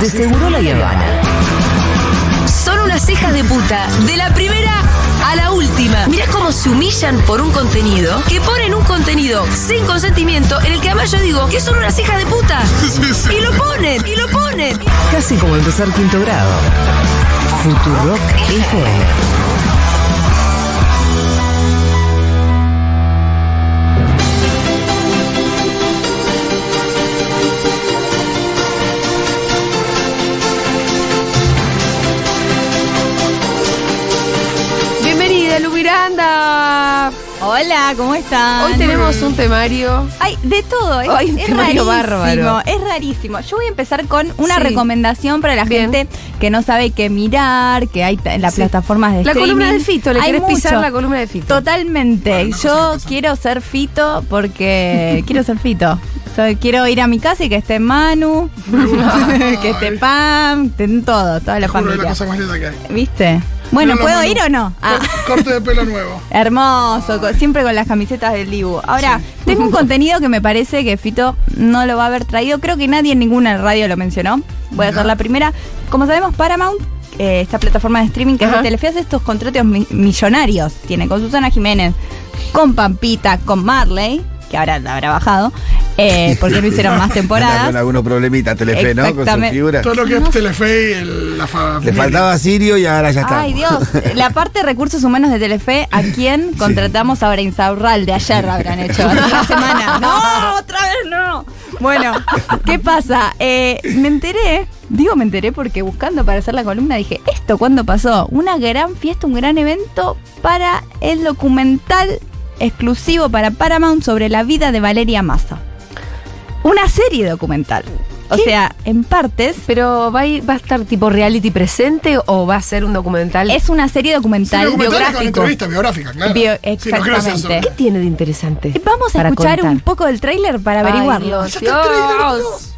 de Seguro La Habana. Son unas cejas de puta, de la primera a la última. Mirá cómo se humillan por un contenido, que ponen un contenido sin consentimiento, en el que además yo digo que son unas cejas de puta. Y lo ponen, y lo ponen. Casi como empezar quinto grado. Futurock FM. Bienvenida, Lu Miranda. Hola, ¿cómo están? Hoy tenemos un temario. Ay, de todo, es, Ay, un es temario rarísimo, bárbaro. es rarísimo. Yo voy a empezar con una Sí. recomendación para la Bien. gente que no sabe qué mirar, que hay t- en las Sí. plataformas de La streaming. columna de Fito, le Hay querés pisar mucho. la columna de Fito. Totalmente. Yo quiero ser Fito porque quiero ser Fito. Soy- quiero ir a mi casa y que esté Manu, que esté Pam, estén todos, toda la Juro, es la familia. cosa más linda que hay. ¿viste? Bueno, Míralo, ¿puedo Manu. ir o no? Ah. Cor- Corte de pelo nuevo. Hermoso, co- siempre con las camisetas del Dibu. Ahora, tengo un contenido que me parece que Fito no lo va a haber traído. Creo que nadie en ninguna radio lo mencionó. Voy a Mirá. ser la primera. Como sabemos, Paramount, eh, esta plataforma de streaming que es de Ajá. Telefe, hace estos contratos mi- millonarios. Tiene con Susana Jiménez, con Pampita, con Marley, que ahora la habrá bajado, eh, porque no hicieron más Anda Con temporadas. algunos problemitas, Telefe, ¿no? Con sus Exactamente. figuras. Todo lo que es Telefe y el- la fa- Le faltaba Sirio y ahora ya está. Ay Dios, la parte de recursos humanos de Telefe, ¿a quién contratamos ahora Insaurral? De ayer habrán hecho, hace una semana. No, otra vez no. Bueno, ¿qué pasa? Eh, me enteré, digo me enteré porque buscando para hacer la columna dije, ¿esto cuándo pasó? Una gran fiesta, un gran evento para el documental exclusivo para Paramount sobre la vida de Valeria Massa. Una serie documental. O sea, en partes Pero ¿va a, ir- va a estar tipo reality presente o va a ser un documental? es una serie Sí, documental documentales Con biográfico. entrevista biográfica, claro. Bio- Sí, no creo que sea exactamente. solo. ¿Qué tiene de interesante? Eh, Vamos a para escuchar contar? un poco del tráiler para Ay, averiguarlo. Dios, Dios.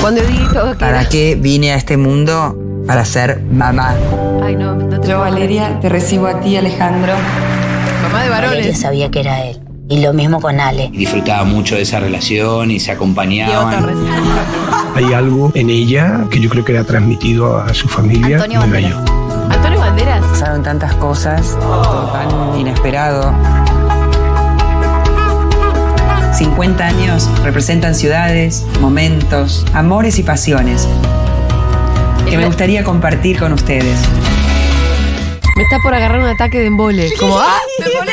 Cuando digo todo ¿Para qué vine a este mundo? Para ser mamá. Ay, no, no te Ah, Yo, Valeria, te recibo a ti, Alejandro. Mamá de Valeria varones. sabía que era él. Y lo mismo con Ale. y disfrutaba mucho de esa relación y se acompañaban. Hay algo en ella que yo creo que le ha transmitido a su familia. Antonio muy Banderas. bello. Antonio Banderas. Pasaron tantas cosas, todo tan inesperado. 50 años representan ciudades, momentos, amores y pasiones que me gustaría compartir con ustedes. Me está por agarrar un ataque de embole. Como, ¡ah! ¡Me embolé!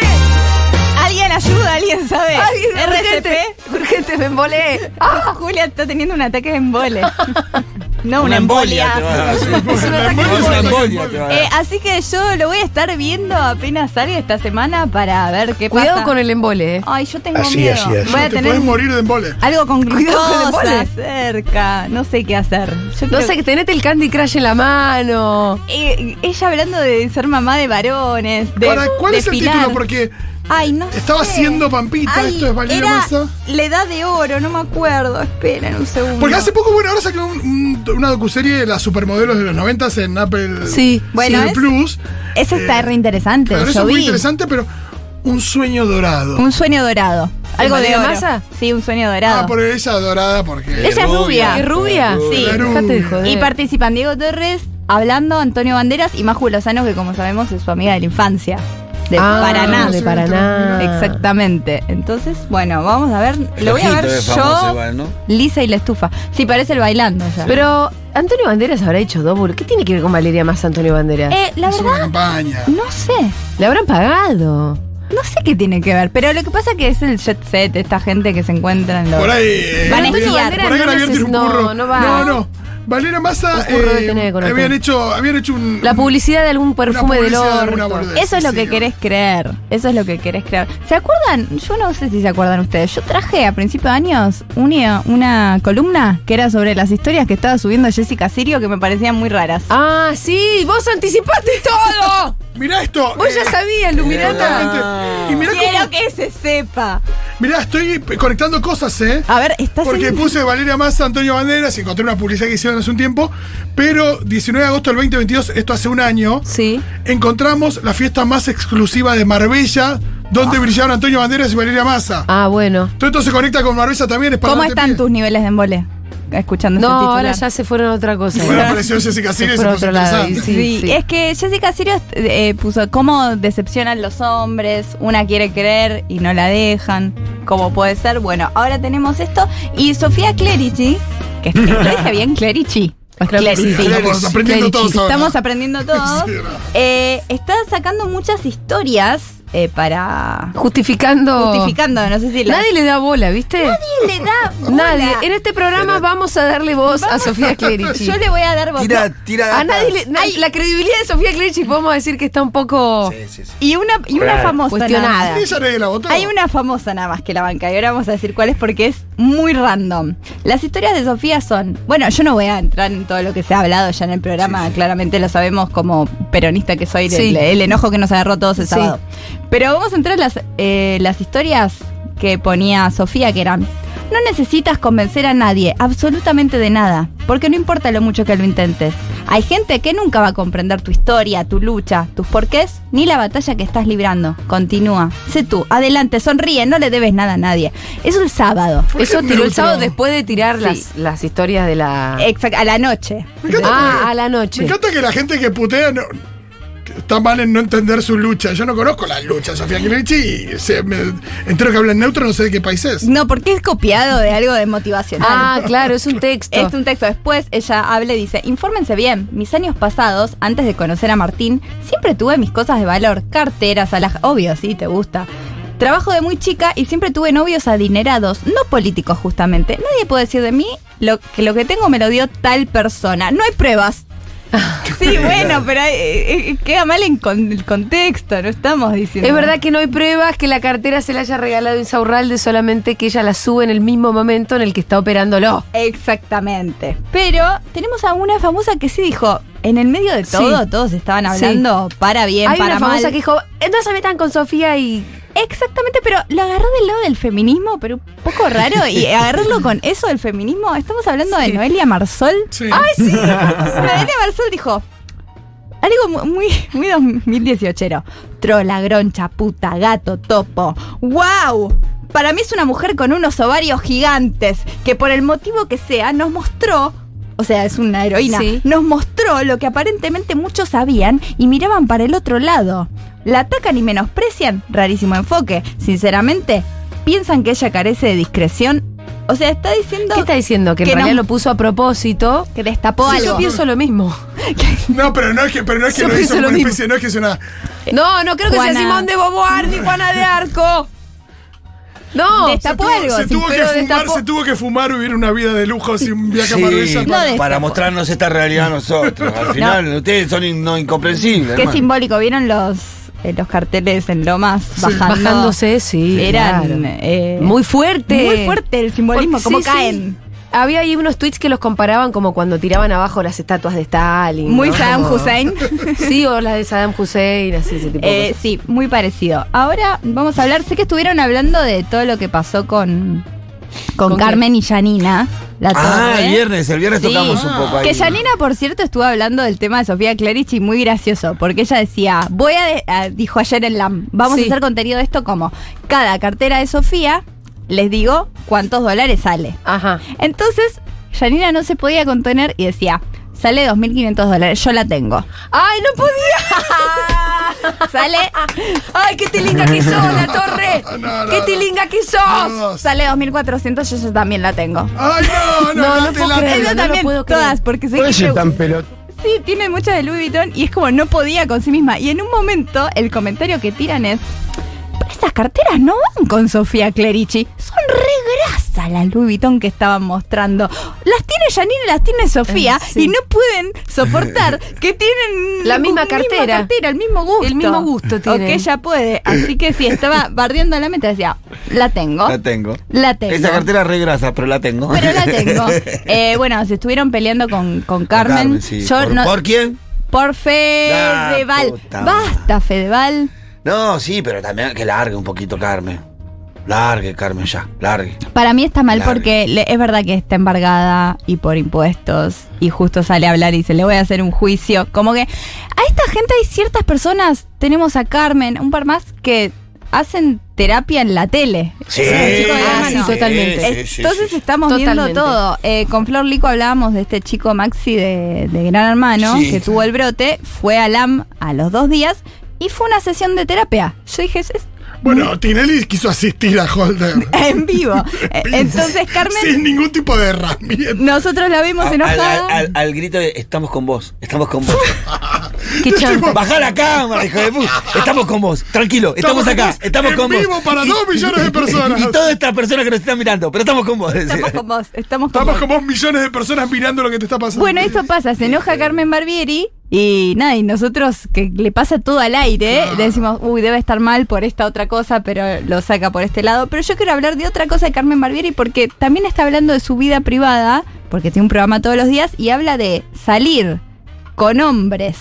Alguien ayuda, alguien sabe. Urgente, RCP. urgente, me embolé. Ah. Julia está teniendo un ataque de embole. no, una, te va a embolia. dar, sí. Es un ataque Es una de embolia te va a dar. Eh, así que yo lo voy a estar viendo apenas salga esta semana para ver qué pasa. Cuidado con el embole, eh. Ay, yo tengo Así, miedo. así, así. Voy a Te puedes tener morir de embole. algo con Cuidado con el glucosa embole. cerca. No sé qué hacer. Yo No creo sé, tenete el Candy Crush en la mano. Eh, ella hablando de ser mamá de varones, de Ahora, ¿cuál de es el Pilar. título? Porque Ay, no estaba sé. haciendo Pampita, Ay, esto es Valeria era Massa. La edad de oro, no me acuerdo. Esperen un segundo. Porque hace poco, bueno, ahora sacó un- un- una docuserie de las supermodelos de los 90 en Apple Sí, bueno, TV es- Plus. Esa está eh, re interesante. Claro, eso yo es muy vi. interesante, pero un sueño dorado. Un sueño dorado. ¿Algo de Valeria oro. Massa? Sí, un sueño dorado. Ah, por esa dorada, porque. Ella es rubia. ¿Qué rubia? Sí. Dejate de joder. eh. Y participan Diego Torres, hablando Antonio Banderas y Maju Lozano, que como sabemos es su amiga de la infancia. De Ah, Paraná. De Paraná. Exactamente. Entonces, bueno, vamos a ver. Lo voy a Ojito ver de famoso yo. igual, ¿no? Lisa y la estufa. Sí, parece el bailando ya. Pero Antonio Banderas habrá hecho doble. ¿Qué tiene que ver con Valeria más Antonio Banderas? Eh, la Es una verdad, campaña. no sé. Le habrán pagado. No sé qué tiene que ver, pero lo que pasa que es el jet set, esta gente que se encuentra en los... Por ahí. eh, Van a Antonio esquiar. Banderas Por ahí No Gabriel tiene un neces- curro. no, no va. No, no. Valeria Massa. eh, Un curro debe tener con habían, Antonio. hecho, habían hecho un. La publicidad de algún perfume del publicidad de alguna orto. boludez. Eso es lo Sí, que sí, querés creer. Eso es lo que querés creer. ¿Se acuerdan? Yo no sé si se acuerdan ustedes. Yo traje a principio de años una, una columna que era sobre las historias que estaba subiendo Jessica Sirio que me parecían muy raras. Ah, sí, vos anticipaste todo. Mirá esto. Vos ya eh, sabías, Luminata. totalmente. Eh, Y mirá, cómo- que se sepa. mirá, estoy conectando cosas, ¿eh? Ah, A ver, estás Porque en- puse Valeria Massa, Antonio Banderas, y encontré una publicidad que hicieron hace un tiempo, pero 19 de agosto del 2022, esto hace un año, Sí. encontramos la fiesta más exclusiva de Marbella, donde brillaron Antonio Banderas y Valeria Massa. Ah, bueno. Todo esto se conecta con Marbella también. es para ¿Cómo darte están pie. tus niveles de embole? escuchando No, este titular. ahora ya se fueron a otra cosa. Bueno, apareció Jessica Sirio y se Por puso otro lado, y interesante. sí, Sí, sí. es que Jessica Sirius eh, puso cómo decepcionan los hombres, una quiere creer y no la dejan, como puede ser. Bueno, ahora tenemos esto y Sofía Clerici, que se dije bien Clerici. Creo que sí. Estamos aprendiendo Clarici. todos ahora. Estamos aprendiendo todos. Sí, verdad. Eh, está sacando muchas historias eh, para Justificando. justificando, no sé si la Oh. Nadie le da bola, ¿viste? le da bola. Nadie. En este programa vamos a darle voz a Sofía Clerici. Yo le voy a dar voz. Tira, tira. A nadie le- na- la credibilidad de Sofía Clerici podemos decir que está un poco Sí, sí, sí. Y una, y una Claro. famosa. nada más. cuestionada. Ella nadie la votó. Hay una famosa nada más que la banca y ahora vamos a decir cuál es porque es muy random. Las historias de Sofía son, bueno, yo no voy a entrar en todo lo que se ha hablado ya en el programa, claramente lo sabemos como peronista que soy, del- Sí. el, enojo que nos agarró todos el Sí. sábado. Pero vamos a entrar en las, eh, las historias que ponía Sofía que eran, no necesitas convencer a nadie, absolutamente de nada, porque no importa lo mucho que lo intentes. Hay gente que nunca va a comprender tu historia, tu lucha, tus porqués, ni la batalla que estás librando. Continúa. Sé tú, adelante, sonríe, no le debes nada a nadie. Es un sábado. Eso tiró el neutro? sábado después de tirar Sí. las, las historias de la. Exacto, a la noche. Me encanta ah, que- a la Me noche. encanta que la gente que putea no- que está mal en no entender su lucha. Yo no conozco la lucha de Sofía Kirchner y se, me entero que habla en neutro, no sé de qué país es. No, porque es copiado de algo de motivacional. Ah, claro, es un texto. Este Es un texto. Después ella habla y dice, infórmense bien, mis años pasados, antes de conocer a Martín, siempre tuve mis cosas de valor, carteras, a las... Obvio, sí, te gusta. Trabajo de muy chica y siempre tuve novios adinerados, no políticos justamente. Nadie puede decir de mí lo que lo que tengo me lo dio tal persona. No hay pruebas. Sí, bueno, pero eh, eh, queda mal en con- el contexto, no estamos diciendo. Es verdad que no hay pruebas que la cartera se la haya regalado Insaurralde, solamente que ella la sube en el mismo momento en el que está operándolo. Exactamente. Pero tenemos a una famosa que sí dijo, en el medio de Sí. todo, todos estaban hablando para bien, Hay para una famosa mal. que dijo, "Eh, no se metan con Sofía y. Exactamente, pero lo agarró del lado del feminismo, pero un poco raro. y agarrarlo con eso del feminismo, estamos hablando de Noelia Marsol. Sí. ¡Ay, sí! Noelia Marsol dijo... Algo mu- muy, muy 2018. Trola, groncha, puta, gato, topo. ¡Wow! Para mí es una mujer con unos ovarios gigantes que por el motivo que sea nos mostró, o sea, es una heroína, Sí. nos mostró lo que aparentemente muchos sabían y miraban para el otro lado. La atacan y menosprecian, rarísimo enfoque. Sinceramente, piensan que ella carece de discreción. O sea, está diciendo ¿Qué está diciendo? Que en Que no- realidad lo puso a propósito. que destapó Sí, algo. yo pienso lo mismo. No, pero no es que, pero no es que Yo lo pienso hizo como lo una mismo. especie, no es que es una. No, no creo que sea Juana. Simón de Beauvoir ni Juana de Arco. No, Destapó tuvo- algo, se, sí, tuvo que pero fumar, destapó- se tuvo que fumar, vivir una vida de lujo sin viaje a Sí, Marbella. No, de- para mostrarnos esta realidad a nosotros. Al final, ustedes son in- no incomprensibles. Qué hermano. simbólico, ¿vieron los, eh, los carteles en Lomas bajando? bajándose, sí. Eran claro. eh, muy fuerte. muy fuerte el simbolismo, Porque- como sí, sí. caen. Había ahí unos tweets que los comparaban como cuando tiraban abajo las estatuas de Stalin. Muy ¿no? Saddam Como- Hussein. Sí, o las de Saddam Hussein, así ese tipo de Eh, sí, muy parecido. Ahora vamos a hablar, sé que estuvieron hablando de todo lo que pasó con, con, ¿Con qué? Carmen y Janina. La Ah, Torre. el viernes, el viernes ¿eh? Sí. tocamos un poco ahí. Que Janina, por cierto, estuvo hablando del tema de Sofía Clerici muy gracioso, porque ella decía, voy a, de- a- dijo ayer en LAM, vamos Sí. a hacer contenido de esto como, cada cartera de Sofía, les digo cuántos dólares sale. Ajá. Entonces, Janina no se podía contener y decía, sale 2.500 dólares, yo la tengo. ¡Ay, no podía! Sale, ¡Ay, qué tilinga que sos, la torre! Ah, No, no, ¡Qué no. tilinga que sos! Dios. sale 2.400, yo, yo también la tengo. Ay, no, no, No, no, no te puedo la- creer. Ella no lo también, puedo creer. todas, porque sé Puede que ser le- tan pelota. Sí, tiene muchas de Louis Vuitton y es como no podía con sí misma. Y en un momento el comentario que tiran es, pero estas carteras no van con Sofía Clerici, son re grasa las Louis Vuitton que estaban mostrando. Las tiene Janine, las tiene Sofía Eh, sí. y no pueden soportar que tienen La misma un- cartera. cartera, el mismo gusto. El mismo gusto O tienen. que ella puede. Así que sí, estaba bardeando la mente, decía, la tengo. La tengo. La tengo. Esa cartera regrasa, pero la tengo. Pero la tengo. Eh, bueno, se estuvieron peleando con, con Carmen. sí. Yo ¿Por, no- por quién? por La Fedeval. puta Basta, Fedeval. No, sí, pero también que largue un poquito, Carmen. Largue, Carmen, ya. Largue. Para mí está mal Larga. porque le- es verdad que está embargada y por impuestos. Y justo sale a hablar y dice, le voy a hacer un juicio. Como que a esta gente hay ciertas personas, tenemos a Carmen, un par más, que hacen terapia en la tele. Sí, Esos chicos de la Ah, sí, mano. totalmente. Sí, sí, Entonces sí, sí. estamos Totalmente. viendo todo. Eh, con Flor Lico hablábamos de este chico Maxi de, de Gran Hermano, Sí. que tuvo el brote, fue a LAM a los dos días y fue una sesión de terapia. Yo dije, es Bueno, Tinelli quiso asistir a Holder. en vivo. Eh, Entonces, Carmen, Sin ningún tipo de herramienta. nosotros la vimos A- al, enojada. al- al- al grito de estamos con vos, estamos con vos. Qué chanta. Baja la cámara, hijo de puta. Estamos con vos, tranquilo, estamos, Estamos acá, en estamos con vos. vivo para dos millones de personas. Y todas estas personas que nos están mirando, pero estamos con vos. Estamos con vos, estamos con Estamos vos. como millones de personas mirando lo que te está pasando. Bueno, esto pasa, se Este, enoja Carmen Barbieri y nada, y nosotros que le pasa todo al aire, le decimos, uy, debe estar mal por esta otra cosa, pero lo saca por este lado. Pero yo quiero hablar de otra cosa de Carmen Barbieri porque también está hablando de su vida privada, porque tiene un programa todos los días y habla de salir con hombres.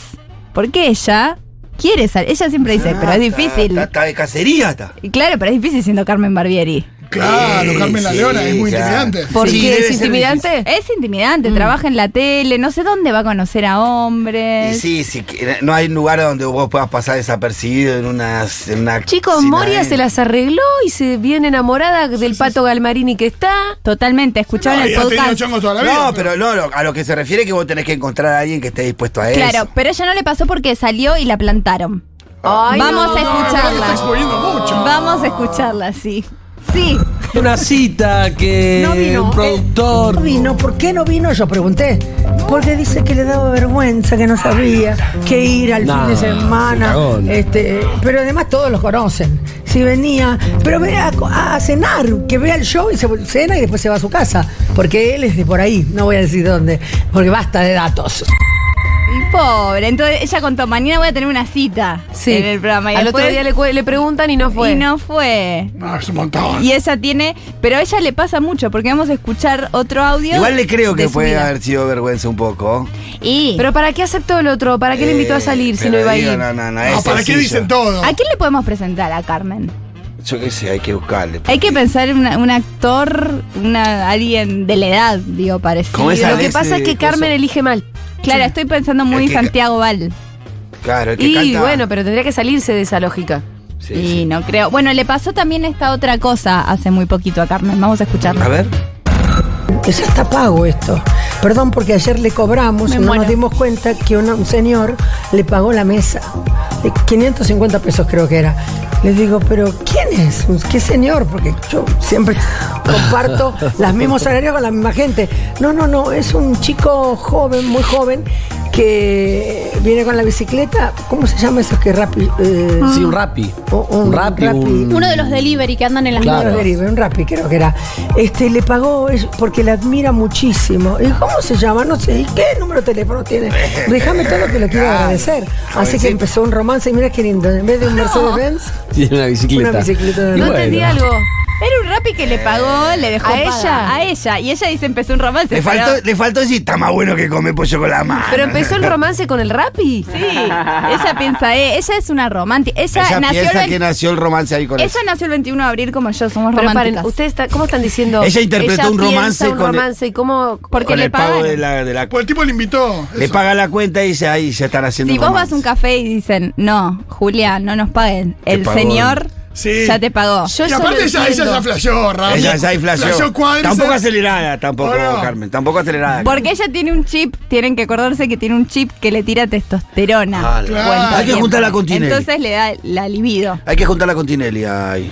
Porque ella quiere salir, ella siempre dice, pero es difícil. Ah, Está, está de cacería, está. Y claro, pero es difícil siendo Carmen Barbieri. Claro, Carmen La Sí, Leona es muy claro. intimidante. ¿Por Sí, qué debe es ser Mm. intimidante? Es intimidante, trabaja en la tele, no sé dónde va a conocer a Y hombres. sí, sí, que eh, no hay lugar donde vos puedas pasar desapercibido en una. En una Chicos, sin Moria nadie. se las arregló y se viene enamorada del pato Galmarini que está. Totalmente, escucharon Ay, el ha tenido podcast. chongos toda la vida. No, pero no, lo- a lo que se refiere es que vos tenés que encontrar a alguien que esté dispuesto a eso. Claro, pero ella no le pasó porque salió y la plantaron. Ay, Vamos no. a Está escucharla. exponiendo mucho. Vamos a escucharla, sí. Sí, Una cita que No vino. eh. un productor. No vino, ¿por qué no vino? Yo pregunté. Porque dice que le daba vergüenza, que no sabía que ir al No, fin de semana. cagón. Este, pero además todos los conocen. Si venía, pero ve a, co- a cenar, que vea el show y se vol- cena y después se va a su casa. Porque él es de por ahí, no voy a decir dónde, porque basta de datos. y pobre. Entonces ella contó, mañana voy a tener una cita Sí. en el programa. Y Al otro después- día le, cu- le preguntan y no fue. Y no fue. Ah, es un montón. Y ella tiene, pero a ella le pasa mucho porque vamos a escuchar otro audio. Igual le creo de que su puede vida. haber sido vergüenza un poco. Y Pero ¿para qué aceptó el otro? ¿Para qué le invitó a Eh, salir si pero no iba a digo, ir? No, no, no, Ah, es ¿Para qué sencillo. dicen todo? ¿a quién le podemos presentar a Carmen? Yo qué sé, hay que buscarle. Hay que pensar en una- un actor, una alguien de la edad, digo, parecido. Como esa Lo que Alex, pasa es eh, que coso. Carmen elige mal. Claro, estoy pensando El muy que ca- Santiago Val. Claro, el que Y canta- bueno, pero tendría que salirse de esa lógica. pues, Sí, y sí. no creo. Bueno, le pasó también esta otra cosa hace muy poquito a Carmen. Vamos a A escucharla. ver. Es hasta pago esto. Perdón porque ayer le cobramos Me y no muero. nos dimos cuenta que una- un señor le pagó la mesa. De 550 pesos creo que era. Le digo, pero ¿quién es? ¿Qué señor? Porque yo siempre comparto los mismos salarios con la misma gente. No, no, no, es un chico joven, muy joven, que viene con la bicicleta. ¿Cómo se llama esos que rapi? eh, Ah. Sí, mm, un rapi. oh, o- o un rapi, rapi? un- Uno de los delivery que andan en las Claro. Claro. nubes. un rapi creo que era. Este, le pagó es- porque la admira muchísimo. ¿Y cómo se llama? No sé. ¿Y qué número de teléfono tiene? Déjame todo lo que le quiero agradecer. Así que empezó un romance y mira qué lindo. En vez de un Mercedes-Benz, Tiene una bicicleta. Una bicicleta. Y No ¿No bueno. entendí algo? Era un rapi que le pagó, le dejó ¿A paga. ella? a ella. Y ella dice empezó un romance. Eh, Le pero- faltó, le faltó decir, está más bueno que comer pollo con la mano. ¿Pero empezó el romance con el Rappi? Sí, ella piensa, eh, ella es una romántica. Ella, Ella nació, piensa el, que nació el romance ahí con ella nació el 21 de abril como yo, somos Pero paren, románticas. ¿ustedes está- cómo están diciendo? Ella interpretó Ella un piensa romance un con el- romance y cómo... Porque con le el pago pagaron. de la, de la- Pues el tipo le invitó. Le eso. paga la cuenta y dice, ahí ya están haciendo Si un vos romance. vas a un café y dicen, no, Julia, no nos paguen, Te el pagó. señor Sí. ya te pagó. Yo y eso aparte lo ella, ella entiendo. ya flasheó, Rami. Ella ya inflación. Flasheó cuadros. Tampoco acelerada, tampoco, Bueno. Carmen. Tampoco acelerada. Porque ella tiene un chip, tienen que acordarse que tiene un chip que le tira testosterona. Ah, la- Claro. Cuenta Hay que bien. juntarla con Tinelli. Entonces le da la libido. Hay que juntarla con Tinelli ahí.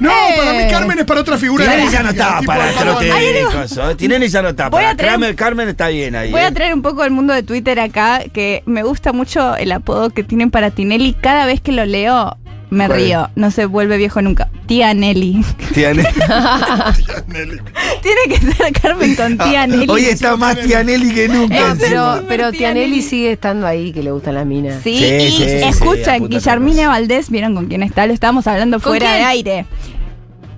No, para Eh. mí Carmen es para otra figura. Tinelli ya no artística, está tipo para de que lo te Pavón. diga, coso. Tinelli ya no está Voy a para. traer- Carmen, Carmen está bien ahí. Voy eh. a traer un poco el mundo de Twitter acá, que me gusta mucho el apodo que tienen para Tinelli. Cada vez que lo leo, me ¿Cuál río. No se vuelve viejo nunca. Tía Nelly. Tinelli. Nelly. Tiene que ser Carmen con Ah, tía Nelly. Hoy está más Tianelli que No, nunca. pero, súper pero Tianelli Tianelli. sigue estando ahí, que le gustan las minas. Sí, Sí, y sí, sí, escuchan, apúntate Guillermina nomás. Valdés, ¿vieron con quién está? Lo estábamos hablando ¿Con fuera quién? de aire.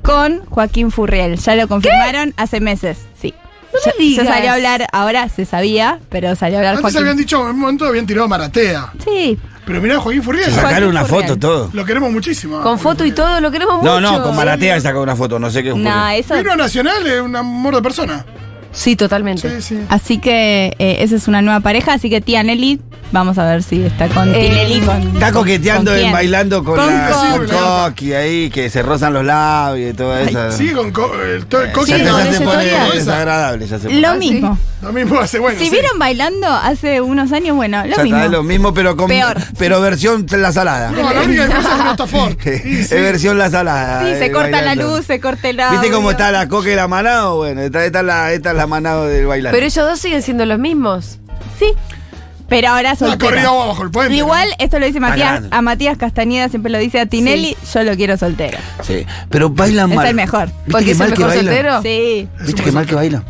Con Joaquín Furriel. Ya lo confirmaron hace meses. Sí. me Ya- digas. Se salió a hablar, ahora se sabía, pero salió a hablar Antes habían Joaquín. dicho, en un momento habían tirado Maratea. Sí. Pero mirá, Joaquín Furriel. Joaquín Sacaron una Furriel. foto, todo. Lo queremos muchísimo. Con foto y todo, lo queremos No, mucho. no, con Maratea sacó una foto, no sé qué No, eh, ocurrió. eso. Vino a Nacional, es un amor de persona. Sí, totalmente. Sí, sí. Así que eh, esa es una nueva pareja, así que tía Nelly Vamos a ver si está con Eh, Tinelli. con- Está coqueteando ¿con en quién? bailando con, Con la Coqui. con Coqui ahí, que se rozan los labios y todo eso. Sigue con co- el to- Eh, Coqui ya, no, ya no se se toca pone con esa. desagradable, ya se pone. Lo mismo. Lo mismo hace bueno. Si sí. vieron bailando hace unos años, bueno, Ya lo está, mismo. es lo mismo, pero con Peor. pero versión la salada. No, la única cosa es que no está Ford. Es versión la salada. Sí, eh, se corta la bailando. luz, se corta el audio. ¿Viste cómo está la coca y la manao? Bueno, esta, esta es la, esta es la manao del bailando. Pero ellos dos siguen siendo los mismos. Sí. Pero ahora La soltera. corrida agua bajo el puente. Igual, esto lo dice Está Matías, grande. a Matías Castañeda siempre lo dice a Tinelli, yo lo quiero soltero. Sí, pero bailan Es mal. el mejor. ¿Viste qué mal que bailan? Sí. ¿Viste qué mal que bailan?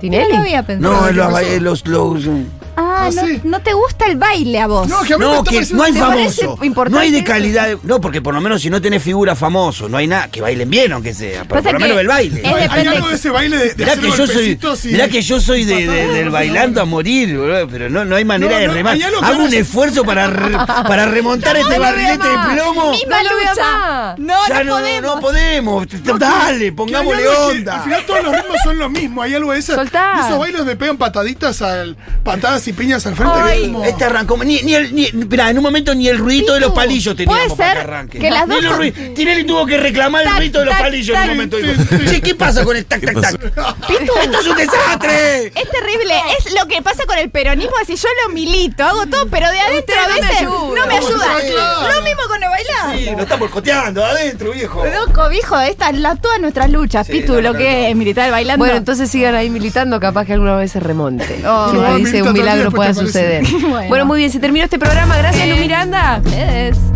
Tinelli. No lo había pensado. No, eh. ¿Qué los, pasó? ba- los, los, Ah, no, no te gusta el baile a vos. No, que a mí me No, está que pareciendo- no hay ¿Te parece famoso. No hay de calidad. de- No, porque por lo menos si no tenés figura famoso, no hay nada. Que bailen bien, aunque sea. Pero Pasa por lo menos que el baile. es Hay depende- algo de ese baile de, de Mirá hacer que, yo soy, golpecitos y- mirá que yo soy de, de- del bailando a morir, boludo, pero no, no hay manera No, de no, remar. hay algo que Hago un hagas- esfuerzo para, re- para remontar este barrilete de plomo. Misma No lo veo lucha. más. No, no, ya no, podemos. no podemos. Dale, que hay pongámosle algo que Al onda. final todos los ritmos son lo mismo, hay algo de eso. Soltá. Esos bailes de pegan pataditas al. patadas y piñas al frente. que es como- Este arrancó. Ni, ni el, ni, mirá, en un momento ni el ruidito de los palillos teníamos puede para ser que arranque. que las Ni dos los con- ruid- Tinelli tuvo que reclamar el Tac, ruidito de los tac, palillos en un tac. momento. Dijo, Che, ¿qué pasa con el tac, tac, tac? ¡Esto es un desastre! Es terrible, es lo que pasa con el peronismo, así yo lo milito, hago todo, pero de adentro a no me veces ayudan. no me ayuda. Sí, claro. Lo mismo con el bailar. Sí, nos estamos coteando adentro, viejo. Loco, viejo, esta es la, todas nuestras luchas, Sí, Pitu, la lo verdad, que no. es militar bailando. Bueno, entonces sigan ahí militando, capaz que alguna vez se remonte. Oh. Como No, dice, milita un todo el día, milagro después pueda te aparece. suceder. Bueno. bueno. muy bien, se terminó este programa. Gracias, Lu Miranda. Ustedes.